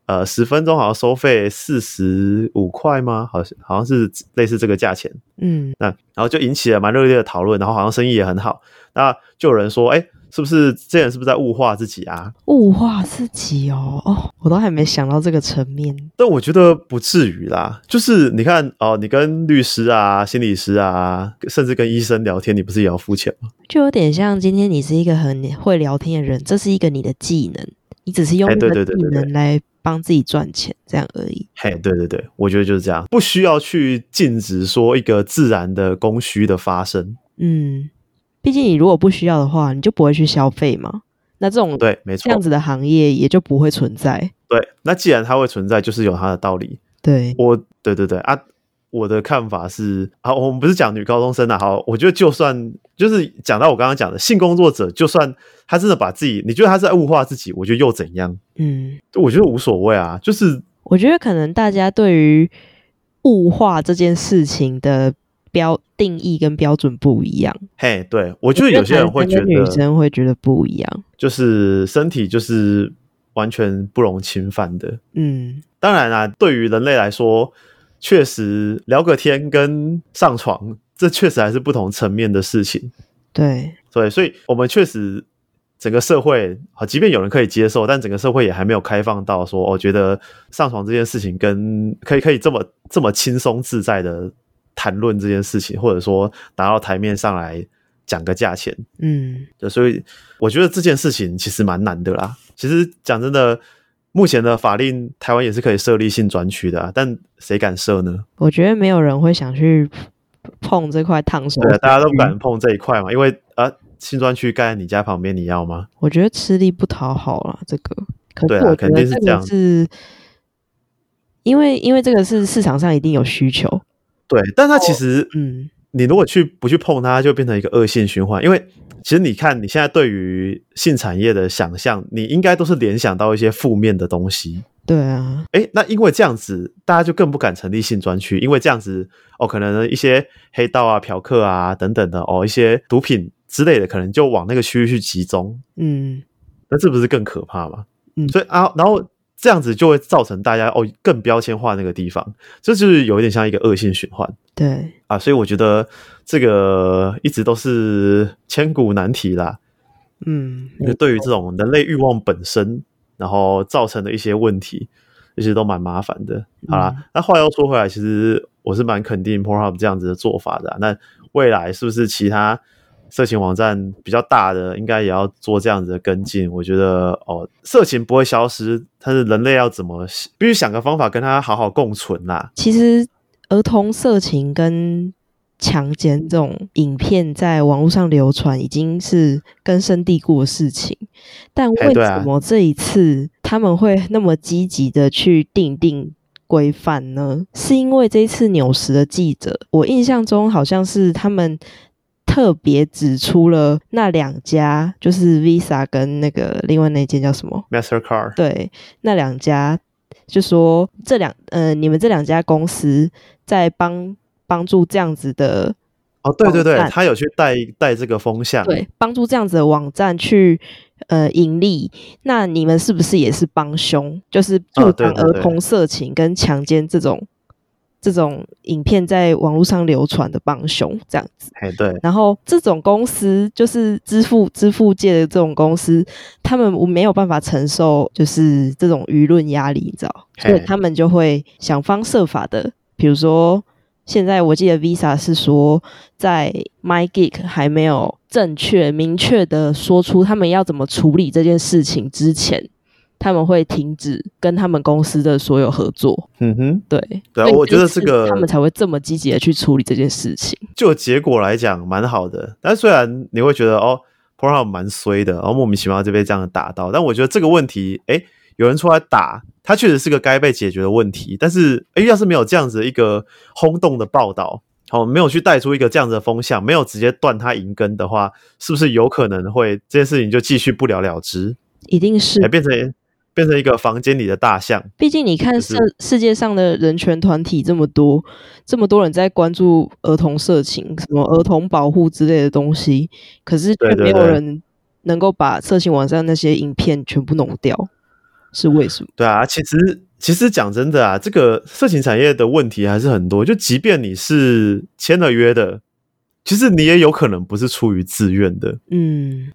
[SPEAKER 1] 呃十分钟好像收费四十五块吗？好像好像是类似这个价钱。
[SPEAKER 2] 嗯
[SPEAKER 1] 那然后就引起了蛮热烈的讨论，然后好像生意也很好。那就有人说，哎，是不是这人是不是在物化自己啊？
[SPEAKER 2] 物化自己哦哦，我都还没想到这个层面。
[SPEAKER 1] 但我觉得不至于啦，就是你看哦，你跟律师啊、心理师啊，甚至跟医生聊天，你不是也要付钱吗？
[SPEAKER 2] 就有点像今天你是一个很会聊天的人，这是一个你的技能，你只是用
[SPEAKER 1] 哎
[SPEAKER 2] 那
[SPEAKER 1] 对
[SPEAKER 2] 个
[SPEAKER 1] 对
[SPEAKER 2] 技
[SPEAKER 1] 对对对
[SPEAKER 2] 能来帮自己赚钱，这样而已。
[SPEAKER 1] 嘿，对对对，我觉得就是这样，不需要去禁止说一个自然的供需的发生。
[SPEAKER 2] 嗯，毕竟你如果不需要的话，你就不会去消费嘛。那这种
[SPEAKER 1] 对，没
[SPEAKER 2] 这
[SPEAKER 1] 错
[SPEAKER 2] 样，子的行业也就不会存在。
[SPEAKER 1] 对。那既然它会存在，就是有它的道理。
[SPEAKER 2] 对，
[SPEAKER 1] 我对对对啊，我的看法是啊，我们不是讲女高中生啊，好，我觉得就算就是讲到我刚刚讲的性工作者，就算他真的把自己，你觉得他是在物化自己，我觉得又怎样？
[SPEAKER 2] 嗯，
[SPEAKER 1] 我觉得无所谓啊，就是
[SPEAKER 2] 我觉得可能大家对于物化这件事情的标定义跟标准不一样。
[SPEAKER 1] 嘿，对我觉得有些人会觉
[SPEAKER 2] 男生跟女
[SPEAKER 1] 得
[SPEAKER 2] 生会觉得不一样。
[SPEAKER 1] 就是身体就是完全不容侵犯的。
[SPEAKER 2] 嗯，
[SPEAKER 1] 当然啊，对于人类来说，确实聊个天跟上床，这确实还是不同层面的事情。
[SPEAKER 2] 对，
[SPEAKER 1] 对，所以我们确实整个社会啊，即便有人可以接受，但整个社会也还没有开放到说，我、觉得上床这件事情跟可以可以这么这么轻松自在的谈论这件事情，或者说拿到台面上来讲个价钱。
[SPEAKER 2] 嗯，
[SPEAKER 1] 对，所以我觉得这件事情其实蛮难的啦。其实讲真的，目前的法令台湾也是可以设立性专区的、啊，但谁敢设呢？
[SPEAKER 2] 我觉得没有人会想去碰这块烫手。
[SPEAKER 1] 对啊，大家都不敢。碰这一块嘛，因为啊，性专区盖在你家旁边，你要吗？
[SPEAKER 2] 我觉得吃力不讨好了，这个。可
[SPEAKER 1] 对
[SPEAKER 2] 是
[SPEAKER 1] 啊
[SPEAKER 2] 我觉
[SPEAKER 1] 肯
[SPEAKER 2] 得
[SPEAKER 1] 定是
[SPEAKER 2] 这
[SPEAKER 1] 这
[SPEAKER 2] 个
[SPEAKER 1] 样
[SPEAKER 2] 是，因为因为这个是市场上一定有需求。
[SPEAKER 1] 对，但它其实
[SPEAKER 2] 嗯，
[SPEAKER 1] 你如果去不去碰它，它就变成一个恶性循环。因为其实你看，你现在对于性产业的想象，你应该都是联想到一些负面的东西。
[SPEAKER 2] 对啊，
[SPEAKER 1] 诶，那因为这样子，大家就更不敢成立性专区，因为这样子哦，可能一些黑道啊、嫖客啊等等的哦，一些毒品之类的，可能就往那个区域去集中，
[SPEAKER 2] 嗯，
[SPEAKER 1] 那这不是更可怕吗？
[SPEAKER 2] 嗯
[SPEAKER 1] 所以啊，然后这样子就会造成大家哦更标签化那个地方，这就是有一点像一个恶性循环。
[SPEAKER 2] 对，
[SPEAKER 1] 啊，所以我觉得这个一直都是千古难题啦。
[SPEAKER 2] 嗯，
[SPEAKER 1] 就对于这种人类欲望本身，然后造成的一些问题，其实都蛮麻烦的。好啦，
[SPEAKER 2] 嗯
[SPEAKER 1] 那话又说回来，其实我是蛮肯定 Pornhub 这样子的做法的啊、那未来是不是其他色情网站比较大的，应该也要做这样子的跟进？我觉得哦，色情不会消失，但是人类要怎么必须想个方法跟它好好共存啦。
[SPEAKER 2] 其实儿童色情跟强奸这种影片在网络上流传，已经是根深蒂固的事情。但
[SPEAKER 1] 哎
[SPEAKER 2] 为
[SPEAKER 1] 对啊
[SPEAKER 2] 什么这一次他们会那么积极的去定定规范呢？是因为这一次纽时的记者，我印象中好像是他们。特别指出了那两家，就是 Visa 跟那个另外那间叫什么
[SPEAKER 1] Mastercard，
[SPEAKER 2] 对，那两家就说这两呃，你们这两家公司在帮帮助这样子的
[SPEAKER 1] 哦，对对对
[SPEAKER 2] 网，站
[SPEAKER 1] 他有去带带这个风向，
[SPEAKER 2] 对帮助这样子的网站去呃盈利，那你们是不是也是帮凶？就是助
[SPEAKER 1] 啊对
[SPEAKER 2] 长
[SPEAKER 1] 对
[SPEAKER 2] 儿
[SPEAKER 1] 对
[SPEAKER 2] 童色情跟强奸这种。这种影片在网络上流传的帮凶，这样子。
[SPEAKER 1] 哎，对，
[SPEAKER 2] 然后这种公司就是支付支付界的这种公司，他们没有办法承受就是这种舆论压力，你知道，
[SPEAKER 1] 嘿
[SPEAKER 2] 所以他们就会想方设法的，比如说现在我记得 Visa 是说，在 MyGeek 还没有正确明确的说出他们要怎么处理这件事情之前，他们会停止跟他们公司的所有合作。
[SPEAKER 1] 嗯哼，
[SPEAKER 2] 对，
[SPEAKER 1] 对啊
[SPEAKER 2] 所以
[SPEAKER 1] 我觉得
[SPEAKER 2] 就是
[SPEAKER 1] 这个
[SPEAKER 2] 他们才会这么积极的去处理这件事情。
[SPEAKER 1] 就结果来讲蛮好的，但虽然你会觉得哦 p o r h u b 蛮衰的，然哦后莫名其妙就被这样打到，但我觉得这个问题，诶，有人出来打，它确实是个该被解决的问题，但是诶，要是没有这样子一个轰动的报道。哦，没有去带出一个这样子的风向，没有直接断它银根的话，是不是有可能会这件事情就继续不了了之？
[SPEAKER 2] 一定是
[SPEAKER 1] 哎，变成变成一个房间里的大象。
[SPEAKER 2] 毕竟你看
[SPEAKER 1] 是
[SPEAKER 2] 世世界上的人权团体这么多，这么多人在关注儿童色情、什么儿童保护之类的东西，可是
[SPEAKER 1] 对
[SPEAKER 2] 却
[SPEAKER 1] 对
[SPEAKER 2] 没有
[SPEAKER 1] 对
[SPEAKER 2] 人能够把色情网站那些影片全部弄掉，是为什么？
[SPEAKER 1] 对啊，其实其实讲真的啊，这个色情产业的问题还是很多。就即便你是签了约的，其实你也有可能不是出于自愿的。
[SPEAKER 2] 嗯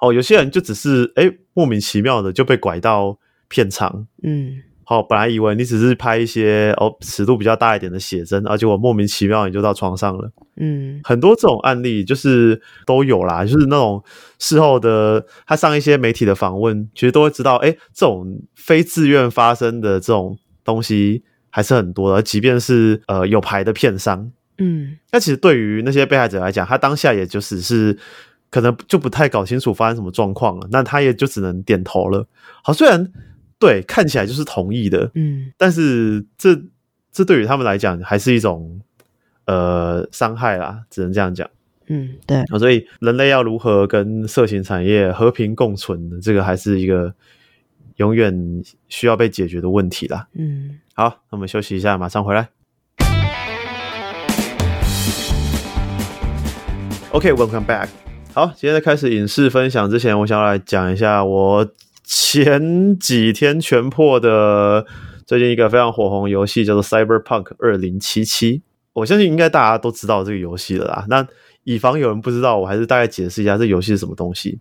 [SPEAKER 1] 哦，有些人就只是哎莫名其妙的就被拐到片场。
[SPEAKER 2] 嗯，
[SPEAKER 1] 哦，本来以为你只是拍一些哦尺度比较大一点的写真，而且我莫名其妙你就到床上了。
[SPEAKER 2] 嗯，
[SPEAKER 1] 很多这种案例就是都有啦，就是那种事后的他上一些媒体的访问，其实都会知道，哎、这种非自愿发生的这种东西还是很多的，即便是呃有牌的片商，
[SPEAKER 2] 嗯，
[SPEAKER 1] 那其实对于那些被害者来讲，他当下也就只是可能就不太搞清楚发生什么状况了，那他也就只能点头了。好，虽然对看起来就是同意的，
[SPEAKER 2] 嗯，
[SPEAKER 1] 但是这这对于他们来讲还是一种呃伤害啦，只能这样讲。
[SPEAKER 2] 嗯，对，
[SPEAKER 1] 啊，所以人类要如何跟色情产业和平共存，这个还是一个永远需要被解决的问题啦。
[SPEAKER 2] 嗯，
[SPEAKER 1] 好，那我们休息一下，马上回来。OK，welcome、back。好，今天在开始影视分享之前，我想要来讲一下我前几天全破的最近一个非常火红的游戏，叫做《Cyberpunk 二零七七》。我相信应该大家都知道这个游戏了啦。那以防有人不知道，我还是大概解释一下这游戏是什么东西。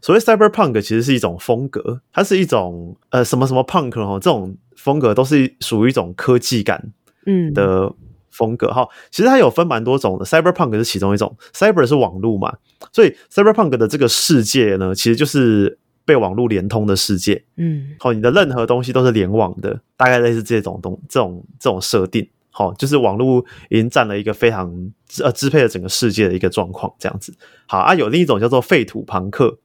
[SPEAKER 1] 所谓 cyberpunk 其实是一种风格，它是一种呃什么什么 punk 哦，这种风格都是属于一种科技感
[SPEAKER 2] 嗯，
[SPEAKER 1] 的风格哈。其实它有分蛮多种的，cyberpunk 是其中一种，cyber 是网络嘛，所以 cyberpunk 的这个世界呢，其实就是被网络连通的世界。
[SPEAKER 2] 嗯，
[SPEAKER 1] 好、你的任何东西都是联网的，大概类似这种东这种这种设定。好、就是网络已经占了一个非常呃支配了整个世界的一个状况，这样子。好啊，有另一种叫做废土朋克，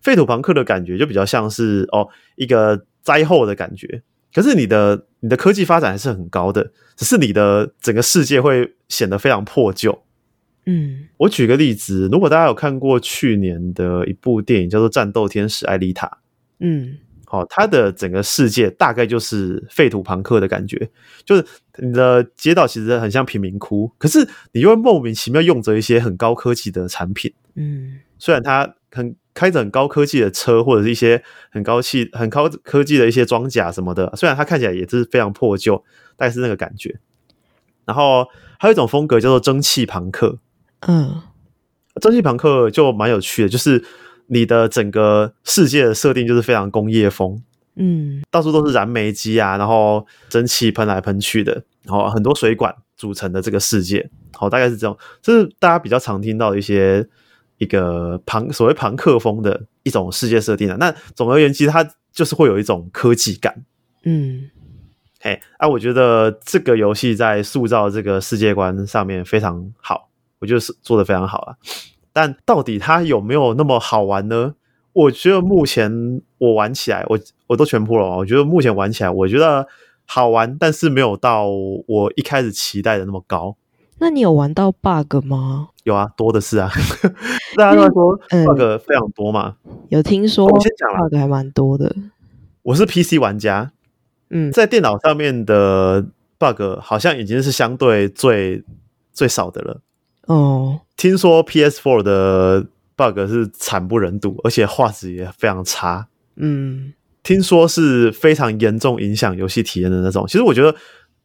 [SPEAKER 1] 废土朋克的感觉就比较像是哦一个灾后的感觉，可是你的你的科技发展还是很高的，只是你的整个世界会显得非常破旧。
[SPEAKER 2] 嗯，
[SPEAKER 1] 我举个例子，如果大家有看过去年的一部电影叫做《战斗天使艾丽塔》，
[SPEAKER 2] 嗯，
[SPEAKER 1] 哦，它的整个世界大概就是废土朋克的感觉，就是你的街道其实很像贫民窟，可是你又会莫名其妙用着一些很高科技的产品，
[SPEAKER 2] 嗯，
[SPEAKER 1] 虽然它很开着很高科技的车或者是一些很高气很高科技的一些装甲什么的，虽然它看起来也是非常破旧，但是那个感觉。然后还有一种风格叫做蒸汽朋克，
[SPEAKER 2] 嗯，
[SPEAKER 1] 蒸汽朋克就蛮有趣的，就是你的整个世界的设定就是非常工业风。
[SPEAKER 2] 嗯，
[SPEAKER 1] 到处都是燃煤机啊，然后蒸汽喷来喷去的，然后很多水管组成的这个世界，好、大概是这种，这是大家比较常听到的一些一个庞所谓庞克风的一种世界设定啊。那总而言之，它就是会有一种科技感，
[SPEAKER 2] 嗯，
[SPEAKER 1] 哎，啊，我觉得这个游戏在塑造这个世界观上面非常好，我觉得是做的非常好啊。但到底它有没有那么好玩呢？我觉得目前我玩起来，我我都全破了哦。我觉得目前玩起来，我觉得好玩，但是没有到我一开始期待的那么高。
[SPEAKER 2] 那你有玩到 bug 吗？
[SPEAKER 1] 有啊，多的是啊。 <laughs> 大家都在说
[SPEAKER 2] 嗯
[SPEAKER 1] bug 非常多嘛。
[SPEAKER 2] 有听说
[SPEAKER 1] 哦我先讲啦
[SPEAKER 2] bug 还蛮多的，
[SPEAKER 1] 我是 PC 玩家，
[SPEAKER 2] 嗯
[SPEAKER 1] 在电脑上面的 bug 好像已经是相对最最少的了。
[SPEAKER 2] 哦，
[SPEAKER 1] 听说 PS4 的 bug 是惨不忍睹，而且画质也非常差。
[SPEAKER 2] 嗯
[SPEAKER 1] 听说是非常严重影响游戏体验的那种。其实我觉得，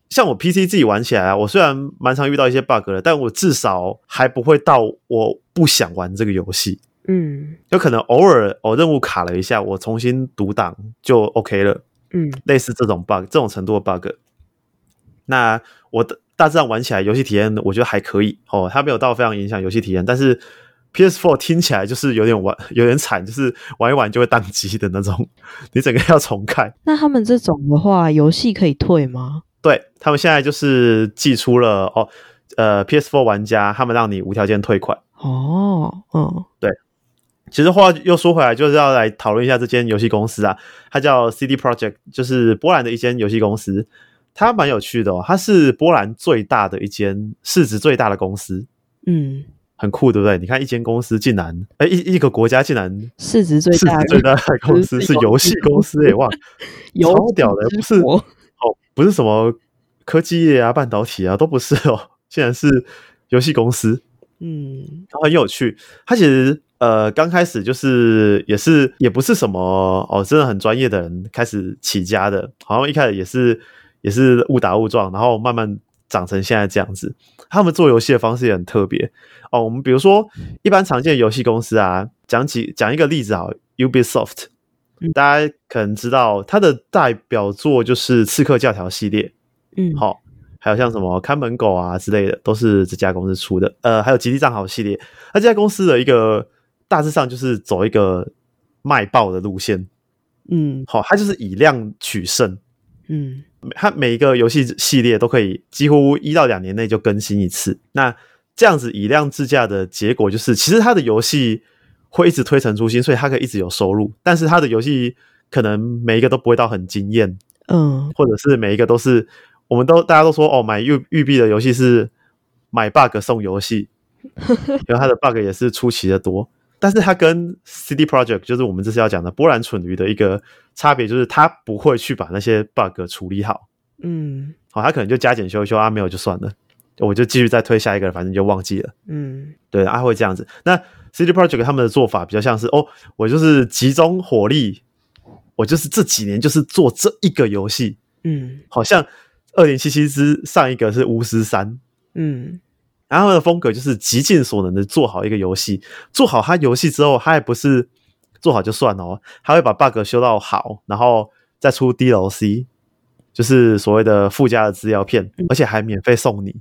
[SPEAKER 1] 像我 PC 自己玩起来啊，我虽然蛮常遇到一些 bug 的，但我至少还不会到我不想玩这个游戏。
[SPEAKER 2] 嗯
[SPEAKER 1] 有可能偶尔哦任务卡了一下，我重新读档就 OK 了。
[SPEAKER 2] 嗯
[SPEAKER 1] 类似这种 bug 这种程度的 bug。那我的大致上玩起来游戏体验，我觉得还可以哦，它没有到非常影响游戏体验，但是 PS4 听起来就是有点玩有点惨，就是玩一玩就会宕机的那种，你整个要重开。
[SPEAKER 2] 那他们这种的话，游戏可以退吗？
[SPEAKER 1] 对他们现在就是寄出了哦，呃，PS4 玩家他们让你无条件退款。
[SPEAKER 2] 哦，嗯，
[SPEAKER 1] 其实话又说回来，就是要来讨论一下这间游戏公司啊，它叫 CD Project，就是波兰的一间游戏公司。它蛮有趣的哦，它是波兰最大的一间市值最大的公司，
[SPEAKER 2] 嗯，
[SPEAKER 1] 很酷，对不对？你看一间公司竟然，哎，一一个国家竟然
[SPEAKER 2] 市值最
[SPEAKER 1] 市
[SPEAKER 2] 大
[SPEAKER 1] 值最大的公 <laughs> 司是游戏公司，哎哇，
[SPEAKER 2] 游
[SPEAKER 1] 超屌的
[SPEAKER 2] 戏
[SPEAKER 1] 不
[SPEAKER 2] 之
[SPEAKER 1] 是
[SPEAKER 2] 国
[SPEAKER 1] 哦，不是什么科技业啊、半导体啊，都不是哦，竟然是游戏公司。
[SPEAKER 2] 嗯
[SPEAKER 1] 然后很有趣。他其实呃刚开始就是也是也不是什么哦，真的很专业的人开始起家的，好像一开始也是也是误打误撞，然后慢慢长成现在这样子。他们做游戏的方式也很特别哦。我们比如说一般常见的游戏公司啊，讲几讲一个例子啊，Ubisoft。
[SPEAKER 2] 嗯
[SPEAKER 1] 大家可能知道，它的代表作就是《刺客教条》系列，
[SPEAKER 2] 嗯，
[SPEAKER 1] 好、还有像什么看门狗啊之类的，都是这家公司出的。呃，还有极地藏好系列，那这家公司的一个大致上就是走一个卖爆的路线。
[SPEAKER 2] 嗯
[SPEAKER 1] 好、它就是以量取胜，
[SPEAKER 2] 嗯
[SPEAKER 1] 它每一个游戏系列都可以几乎一到两年内就更新一次。那这样子以量制价的结果就是，其实它的游戏会一直推陈出新，所以它可以一直有收入，但是它的游戏可能每一个都不会到很惊艳，
[SPEAKER 2] 嗯
[SPEAKER 1] 或者是每一个都是，我们都大家都说哦，买育育碧的游戏是买 bug 送游戏，然后它的 bug 也是出奇的多。但是它跟 CD Project 就是我们这次要讲的波兰蠢驴的一个差别，就是它不会去把那些 bug 处理好，
[SPEAKER 2] 嗯
[SPEAKER 1] 好、它可能就加减修一修啊，没有就算了，我就继续再推下一个，反正就忘记了。
[SPEAKER 2] 嗯
[SPEAKER 1] 对，他会这样子。那 CD Project 他们的做法比较像是哦，我就是集中火力，我就是这几年就是做这一个游戏，
[SPEAKER 2] 嗯
[SPEAKER 1] 好像二零七七之上一个是巫师三，
[SPEAKER 2] 嗯
[SPEAKER 1] 然后他们的风格就是极尽所能的做好一个游戏，做好它游戏之后，它也不是做好就算哦，它会把 bug 修到好，然后再出 DLC，就是所谓的附加的资料片，而且还免费送你，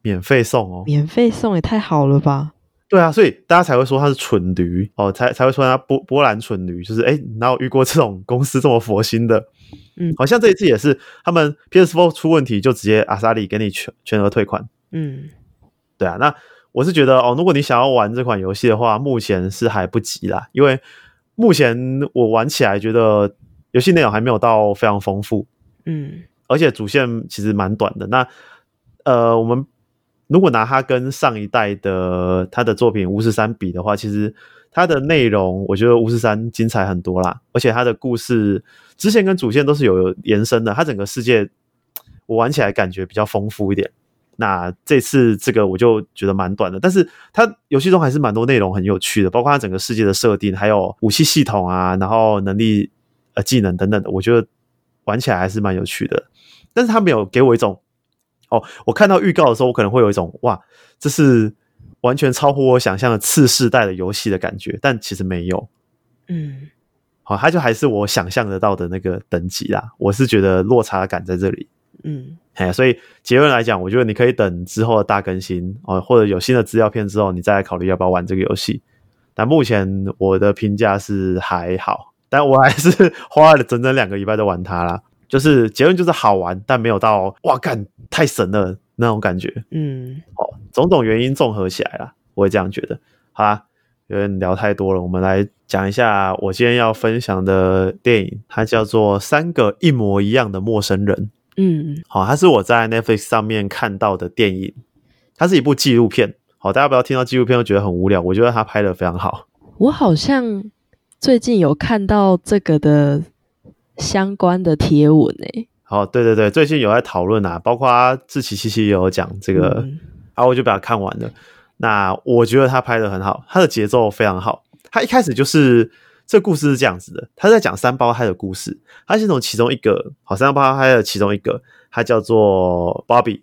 [SPEAKER 1] 免费送哦，
[SPEAKER 2] 免费送也太好了吧？
[SPEAKER 1] 对啊，所以大家才会说它是蠢驴哦，才才会说它波波兰蠢驴，就是哎，诶哪有遇过这种公司这么佛心的？
[SPEAKER 2] 嗯
[SPEAKER 1] 好像这一次也是，他们 PS4 出问题就直接阿萨里给你全全额退款。
[SPEAKER 2] 嗯
[SPEAKER 1] 对啊，那我是觉得哦，如果你想要玩这款游戏的话，目前是还不急啦，因为目前我玩起来觉得游戏内容还没有到非常丰富，
[SPEAKER 2] 嗯
[SPEAKER 1] 而且主线其实蛮短的。那呃，我们如果拿它跟上一代的他的作品《巫师三》比的话，其实它的内容我觉得《巫师三》精彩很多啦，而且它的故事支线跟主线都是有延伸的，它整个世界我玩起来感觉比较丰富一点。那这次这个我就觉得蛮短的，但是它游戏中还是蛮多内容很有趣的，包括它整个世界的设定，还有武器系统啊，然后能力、呃技能等等的，我觉得玩起来还是蛮有趣的。但是他没有给我一种，哦，我看到预告的时候，我可能会有一种哇，这是完全超乎我想象的次世代的游戏的感觉，但其实没有，
[SPEAKER 2] 嗯
[SPEAKER 1] 好、它就还是我想象得到的那个等级啦。我是觉得落差感在这里，
[SPEAKER 2] 嗯
[SPEAKER 1] 哎，所以结论来讲，我觉得你可以等之后的大更新哦，或者有新的资料片之后，你再来考虑要不要玩这个游戏。但目前我的评价是还好，但我还是花了整整两个礼拜在玩它啦。就是结论就是好玩，但没有到哇干太神了那种感觉。
[SPEAKER 2] 嗯，
[SPEAKER 1] 哦，种种原因综合起来啦，我会这样觉得。好啦，有点聊太多了，我们来讲一下我今天要分享的电影，它叫做《三个一模一样的陌生人》。
[SPEAKER 2] 嗯
[SPEAKER 1] 好，它是我在 Netflix 上面看到的电影，它是一部纪录片。好，大家不要听到纪录片就觉得很无聊，我觉得它拍的非常好。
[SPEAKER 2] 我好像最近有看到这个的相关的贴文欸诶、
[SPEAKER 1] 好，对对对，最近有在讨论啊，包括志奇七七也有讲这
[SPEAKER 2] 这
[SPEAKER 1] 个，啊，我就把它看完了。那我觉得他拍的很好，他的节奏非常好。他一开始就是这故事是这样子的，他在讲三胞胎的故事，他先从其中一个，好，三胞胎的其中一个，他叫做 Bobby，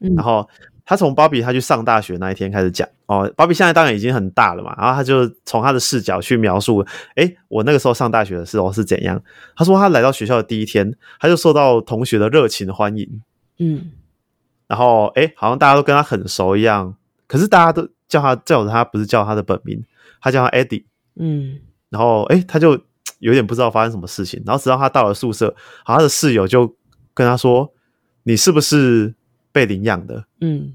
[SPEAKER 2] 嗯
[SPEAKER 1] 然后他从芭比他去上大学那一天开始讲哦，芭比现在当然已经很大了嘛，然后他就从他的视角去描述，诶，我那个时候上大学的时候是怎样。他说他来到学校的第一天，他就受到同学的热情欢迎，
[SPEAKER 2] 嗯
[SPEAKER 1] 然后诶，好像大家都跟他很熟一样，可是大家都叫他叫他不是叫他的本名，他叫他 Eddie，
[SPEAKER 2] 嗯，
[SPEAKER 1] 然后哎、诶他就有点不知道发生什么事情，然后直到他到了宿舍，好他的室友就跟他说：“你是不是被领养的？
[SPEAKER 2] 嗯，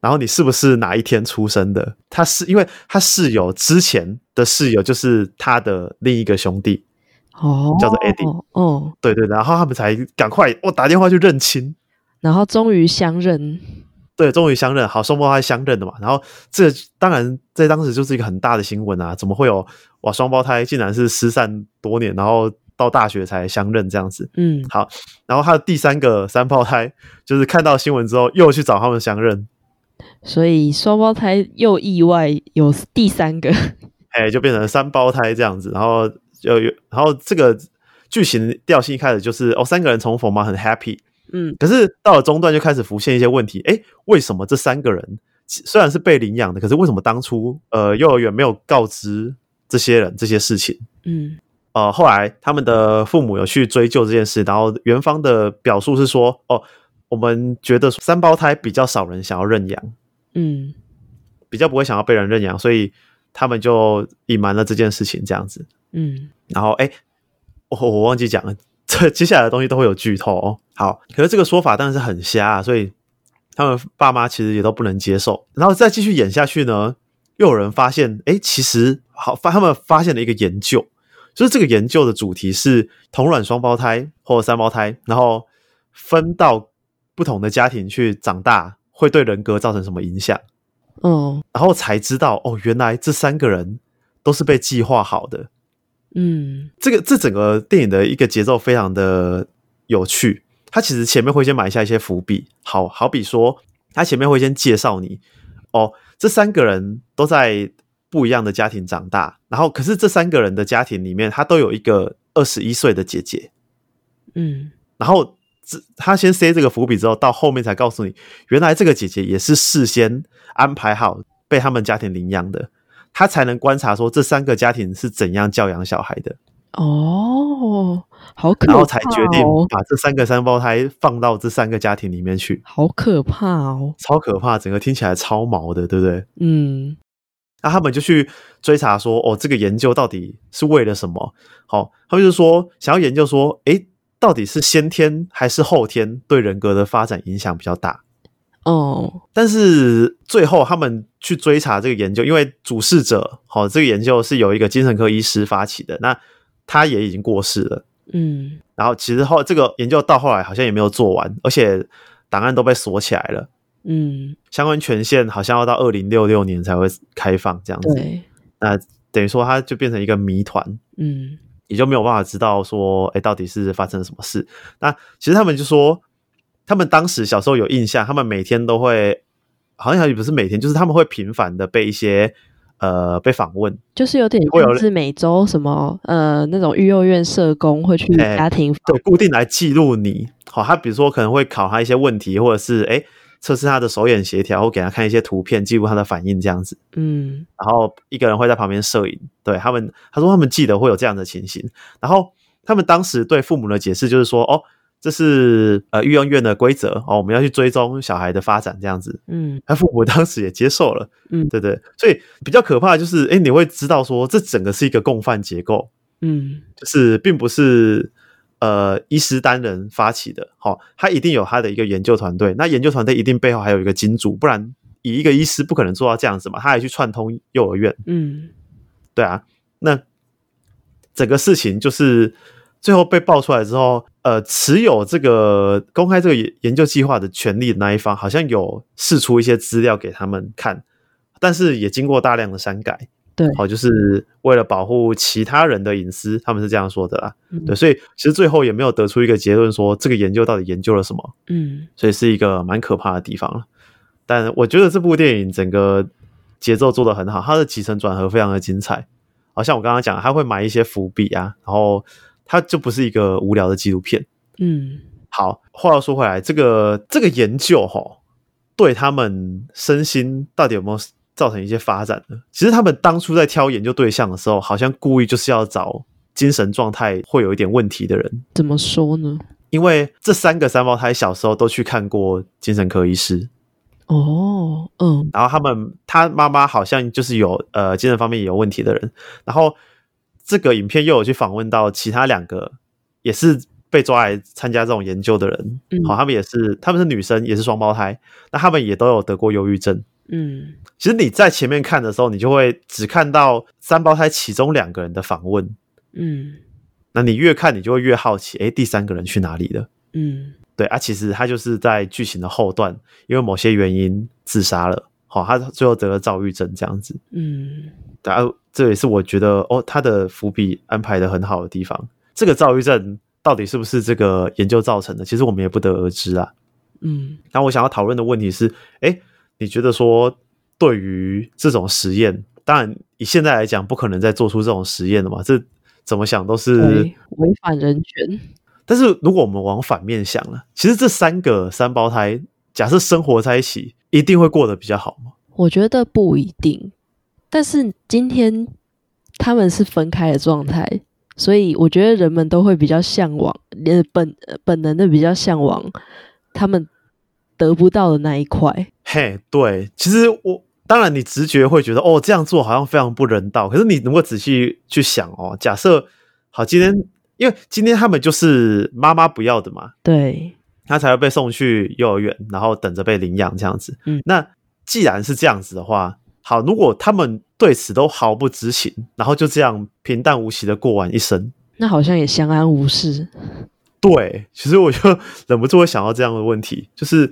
[SPEAKER 1] 然后你是不是哪一天出生的？”他是因为他室友之前的室友就是他的另一个兄弟，
[SPEAKER 2] 哦，
[SPEAKER 1] 叫做 Eddie
[SPEAKER 2] 哦，
[SPEAKER 1] 对对，然后他们才赶快我、哦打电话去认亲，
[SPEAKER 2] 然后终于相认，
[SPEAKER 1] 对，终于相认，好，双胞胎相认的嘛。然后这当然在当时就是一个很大的新闻啊，怎么会有哇双胞胎竟然是失散多年，然后到大学才相认这样子？
[SPEAKER 2] 嗯，
[SPEAKER 1] 然后他的第三个三胞胎就是看到新闻之后又去找他们相认，
[SPEAKER 2] 所以双胞胎又意外有第三个，
[SPEAKER 1] 哎，就变成三胞胎这样子。然后就有，然后这个剧情调性一开始就是哦三个人重逢嘛，很 happy，
[SPEAKER 2] 嗯
[SPEAKER 1] 可是到了中段就开始浮现一些问题，哎，为什么这三个人虽然是被领养的，可是为什么当初呃幼儿园没有告知这些人这些事情？
[SPEAKER 2] 嗯
[SPEAKER 1] 呃，后来他们的父母有去追究这件事，然后园方的表述是说，哦，我们觉得三胞胎比较少人想要认养，
[SPEAKER 2] 嗯
[SPEAKER 1] 比较不会想要被人认养，所以他们就隐瞒了这件事情，这样子。
[SPEAKER 2] 嗯
[SPEAKER 1] 然后，哎，我、我忘记讲了，这接下来的东西都会有剧透哦。好，可是这个说法当然是很瞎、啊，所以他们爸妈其实也都不能接受。然后再继续演下去呢，又有人发现，哎，其实好发他们发现了一个研究，就是这个研究的主题是同卵双胞胎或三胞胎，然后分到不同的家庭去长大，会对人格造成什么影响。
[SPEAKER 2] 哦
[SPEAKER 1] 然后才知道哦，原来这三个人都是被计划好的。
[SPEAKER 2] 嗯
[SPEAKER 1] 这个这整个电影的一个节奏非常的有趣，它其实前面会先埋下一些伏笔，好好比说，它前面会先介绍你哦，这三个人都在不一样的家庭长大，然后可是这三个人的家庭里面，他都有一个二十一岁的姐姐，
[SPEAKER 2] 嗯
[SPEAKER 1] 然后这他先塞这个伏笔之后，到后面才告诉你，原来这个姐姐也是事先安排好被他们家庭领养的，她才能观察说这三个家庭是怎样教养小孩的，
[SPEAKER 2] 哦，好可怕、哦，
[SPEAKER 1] 然后才决定把这三个三胞胎放到这三个家庭里面去，
[SPEAKER 2] 好可怕哦，
[SPEAKER 1] 超可怕，整个听起来超毛的，对不对？
[SPEAKER 2] 嗯
[SPEAKER 1] 那他们就去追查说，哦，这个研究到底是为了什么？好、他们就说想要研究说，诶，到底是先天还是后天对人格的发展影响比较大？
[SPEAKER 2] 哦
[SPEAKER 1] 但是最后他们去追查这个研究，因为主事者，好、这个研究是由一个精神科医师发起的，那他也已经过世了。
[SPEAKER 2] 嗯
[SPEAKER 1] 然后其实后这个研究到后来好像也没有做完，而且档案都被锁起来了，
[SPEAKER 2] 嗯，
[SPEAKER 1] 相关权限好像要到二零六六年才会开放这样子。
[SPEAKER 2] 对，
[SPEAKER 1] 那等于说它就变成一个谜团，
[SPEAKER 2] 嗯
[SPEAKER 1] 也就没有办法知道说，哎，到底是发生了什么事。那其实他们就说，他们当时小时候有印象，他们每天都会，好像也不是每天，就是他们会频繁的被一些呃被访问，
[SPEAKER 2] 就是有点
[SPEAKER 1] 会有
[SPEAKER 2] 像是每周什么呃那种育幼院社工会去
[SPEAKER 1] 哎
[SPEAKER 2] 家庭
[SPEAKER 1] 对，固定来记录你。好、他比如说可能会考他一些问题，或者是哎测试他的手眼协调，或给他看一些图片，记录他的反应这样子。
[SPEAKER 2] 嗯
[SPEAKER 1] 然后一个人会在旁边摄影。对他们，他说他们记得会有这样的情形。然后他们当时对父母的解释就是说，哦，这是呃育幼院的规则哦，我们要去追踪小孩的发展这样子。
[SPEAKER 2] 嗯
[SPEAKER 1] 他父母 <laughs> 当时也接受了，
[SPEAKER 2] 嗯
[SPEAKER 1] 对不对？所以比较可怕的就是，哎，你会知道说这整个是一个共犯结构，
[SPEAKER 2] 嗯
[SPEAKER 1] 就是并不是。呃，医师单人发起的，好、他一定有他的一个研究团队，那研究团队一定背后还有一个金主，不然以一个医师不可能做到这样子嘛，他还去串通幼儿园，
[SPEAKER 2] 嗯
[SPEAKER 1] 对啊，那整个事情就是最后被爆出来之后，呃，持有这个公开这个研研究计划的权利的那一方，好像有释出一些资料给他们看，但是也经过大量的删改。
[SPEAKER 2] 对
[SPEAKER 1] 好、就是为了保护其他人的隐私，他们是这样说的啦。
[SPEAKER 2] 嗯
[SPEAKER 1] 对，所以其实最后也没有得出一个结论，说这个研究到底研究了什么。
[SPEAKER 2] 嗯
[SPEAKER 1] 所以是一个蛮可怕的地方了。但我觉得这部电影整个节奏做得很好，它的起承转合非常的精彩。好像我刚刚讲，它会埋一些伏笔啊，然后它就不是一个无聊的纪录片。
[SPEAKER 2] 嗯
[SPEAKER 1] 好，话又说回来，这个这个研究哈，对他们身心到底有没有造成一些发展呢？其实他们当初在挑研究对象的时候，好像故意就是要找精神状态会有一点问题的人，
[SPEAKER 2] 怎么说呢？
[SPEAKER 1] 因为这三个三胞胎小时候都去看过精神科医师，
[SPEAKER 2] 哦，嗯，
[SPEAKER 1] 然后他们他妈妈好像就是有呃精神方面也有问题的人，然后这个影片又有去访问到其他两个也是被抓来参加这种研究的人，
[SPEAKER 2] 嗯
[SPEAKER 1] 好、他们也是他们是女生，也是双胞胎，那他们也都有得过忧郁症。
[SPEAKER 2] 嗯，
[SPEAKER 1] 其实你在前面看的时候，你就会只看到三胞胎其中两个人的访问，
[SPEAKER 2] 嗯，
[SPEAKER 1] 那你越看你就会越好奇，诶，第三个人去哪里了？
[SPEAKER 2] 嗯，
[SPEAKER 1] 对啊，其实他就是在剧情的后段，因为某些原因自杀了，好、他最后得了躁郁症这样子。
[SPEAKER 2] 嗯，
[SPEAKER 1] 对啊，这也是我觉得哦，他的伏笔安排的很好的地方。这个躁郁症到底是不是这个研究造成的？其实我们也不得而知啊。
[SPEAKER 2] 嗯，
[SPEAKER 1] 那我想要讨论的问题是，哎，你觉得说对于这种实验，当然以现在来讲，不可能再做出这种实验了嘛？这怎么想都是
[SPEAKER 2] 对。，违反人权。
[SPEAKER 1] 但是如果我们往反面想了，其实这三个三胞胎，假设生活在一起，一定会过得比较好吗？
[SPEAKER 2] 我觉得不一定，但是今天他们是分开的状态，所以我觉得人们都会比较向往，呃，本呃本能的比较向往他们得不到的那一块。
[SPEAKER 1] 嘿，对，其实我当然你直觉会觉得哦，这样做好像非常不人道。可是你如果仔细去想哦，假设好今天，因为今天他们就是妈妈不要的嘛，
[SPEAKER 2] 对，
[SPEAKER 1] 他才会被送去幼儿园，然后等着被领养这样子。
[SPEAKER 2] 嗯
[SPEAKER 1] 那既然是这样子的话，好，如果他们对此都毫不知情，然后就这样平淡无奇的过完一生，
[SPEAKER 2] 那好像也相安无事。
[SPEAKER 1] 对，其实我就 <laughs> 忍不住会想到这样的问题，就是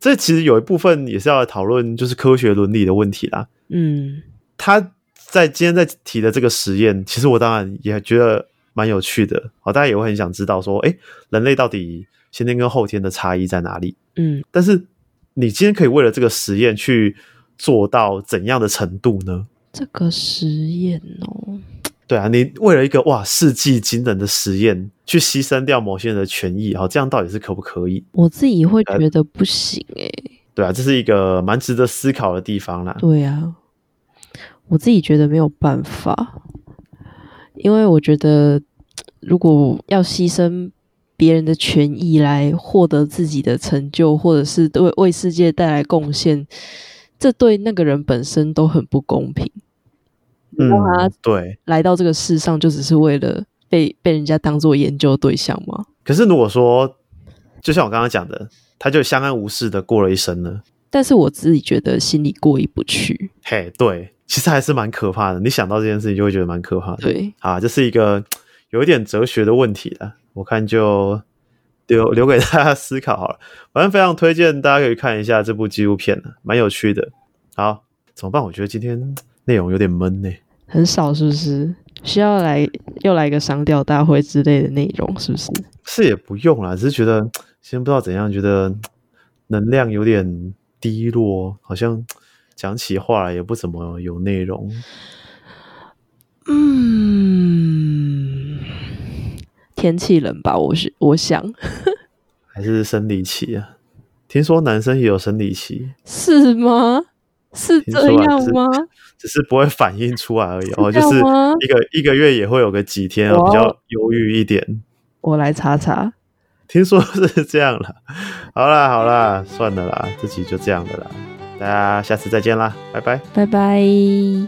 [SPEAKER 1] 这其实有一部分也是要讨论就是科学伦理的问题啦。
[SPEAKER 2] 嗯
[SPEAKER 1] 他在今天在提的这个实验，其实我当然也觉得蛮有趣的，好，大家也会很想知道说，诶，人类到底先天跟后天的差异在哪里？
[SPEAKER 2] 嗯
[SPEAKER 1] 但是你今天可以为了这个实验去做到怎样的程度呢？
[SPEAKER 2] 这个实验哦，
[SPEAKER 1] 对啊，你为了一个哇世纪惊人的实验去牺牲掉某些人的权益，哦好，这样到底是可不可以？
[SPEAKER 2] 我自己会觉得不行诶、
[SPEAKER 1] 对啊，这是一个蛮值得思考的地方啦。
[SPEAKER 2] 对啊，我自己觉得没有办法，因为我觉得如果要牺牲别人的权益来获得自己的成就，或者是对为世界带来贡献，这对那个人本身都很不公平。
[SPEAKER 1] 嗯
[SPEAKER 2] 让他，
[SPEAKER 1] 对。
[SPEAKER 2] 来到这个世上，就只是为了被被人家当做研究对象吗？
[SPEAKER 1] 可是如果说，就像我刚刚讲的，他就相安无事的过了一生呢？
[SPEAKER 2] 但是我自己觉得心里过意不去。
[SPEAKER 1] 嘿，对，其实还是蛮可怕的。你想到这件事情，就会觉得蛮可怕的。
[SPEAKER 2] 对，
[SPEAKER 1] 啊，这是一个有一点哲学的问题了，我看就留留给大家思考好了。反正非常推荐大家可以看一下这部纪录片呢，蛮有趣的。好，怎么办？我觉得今天内容有点闷呢、
[SPEAKER 2] 很少是不是？需要来又来个商调大会之类的内容是不是？
[SPEAKER 1] 是也不用啦，只是觉得先不知道怎样，觉得能量有点低落，好像讲起话来也不怎么有内容。
[SPEAKER 2] 嗯，天气冷吧，我是我想
[SPEAKER 1] 还是生理期啊？听说男生也有生理期，
[SPEAKER 2] 是吗？是
[SPEAKER 1] 听
[SPEAKER 2] 这
[SPEAKER 1] 说啊
[SPEAKER 2] 样吗？
[SPEAKER 1] 只是不会反映出来而已哦，
[SPEAKER 2] 是
[SPEAKER 1] 就
[SPEAKER 2] 这样
[SPEAKER 1] 是
[SPEAKER 2] 吗
[SPEAKER 1] 一个一个月也会有个几天哦，
[SPEAKER 2] 哇
[SPEAKER 1] 比较忧郁一点。
[SPEAKER 2] 我来查查。
[SPEAKER 1] 听说是这样啦，好啦好啦，算了啦，这集就这样的啦，大家下次再见啦，拜拜。
[SPEAKER 2] 拜拜。